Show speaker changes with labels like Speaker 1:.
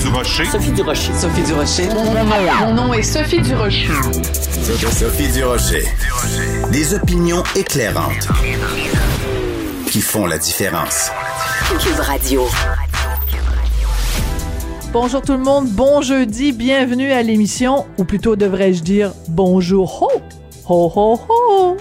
Speaker 1: Durocher.
Speaker 2: Sophie Durocher.
Speaker 3: Sophie Durocher. Mon nom,
Speaker 4: Mon nom est Sophie Durocher.
Speaker 5: Sophie Durocher. Des opinions éclairantes qui font la différence.
Speaker 6: Cube Radio.
Speaker 7: Bonjour tout le monde, bon jeudi, bienvenue à l'émission, ou plutôt devrais-je dire bonjour ho, ho ho ho.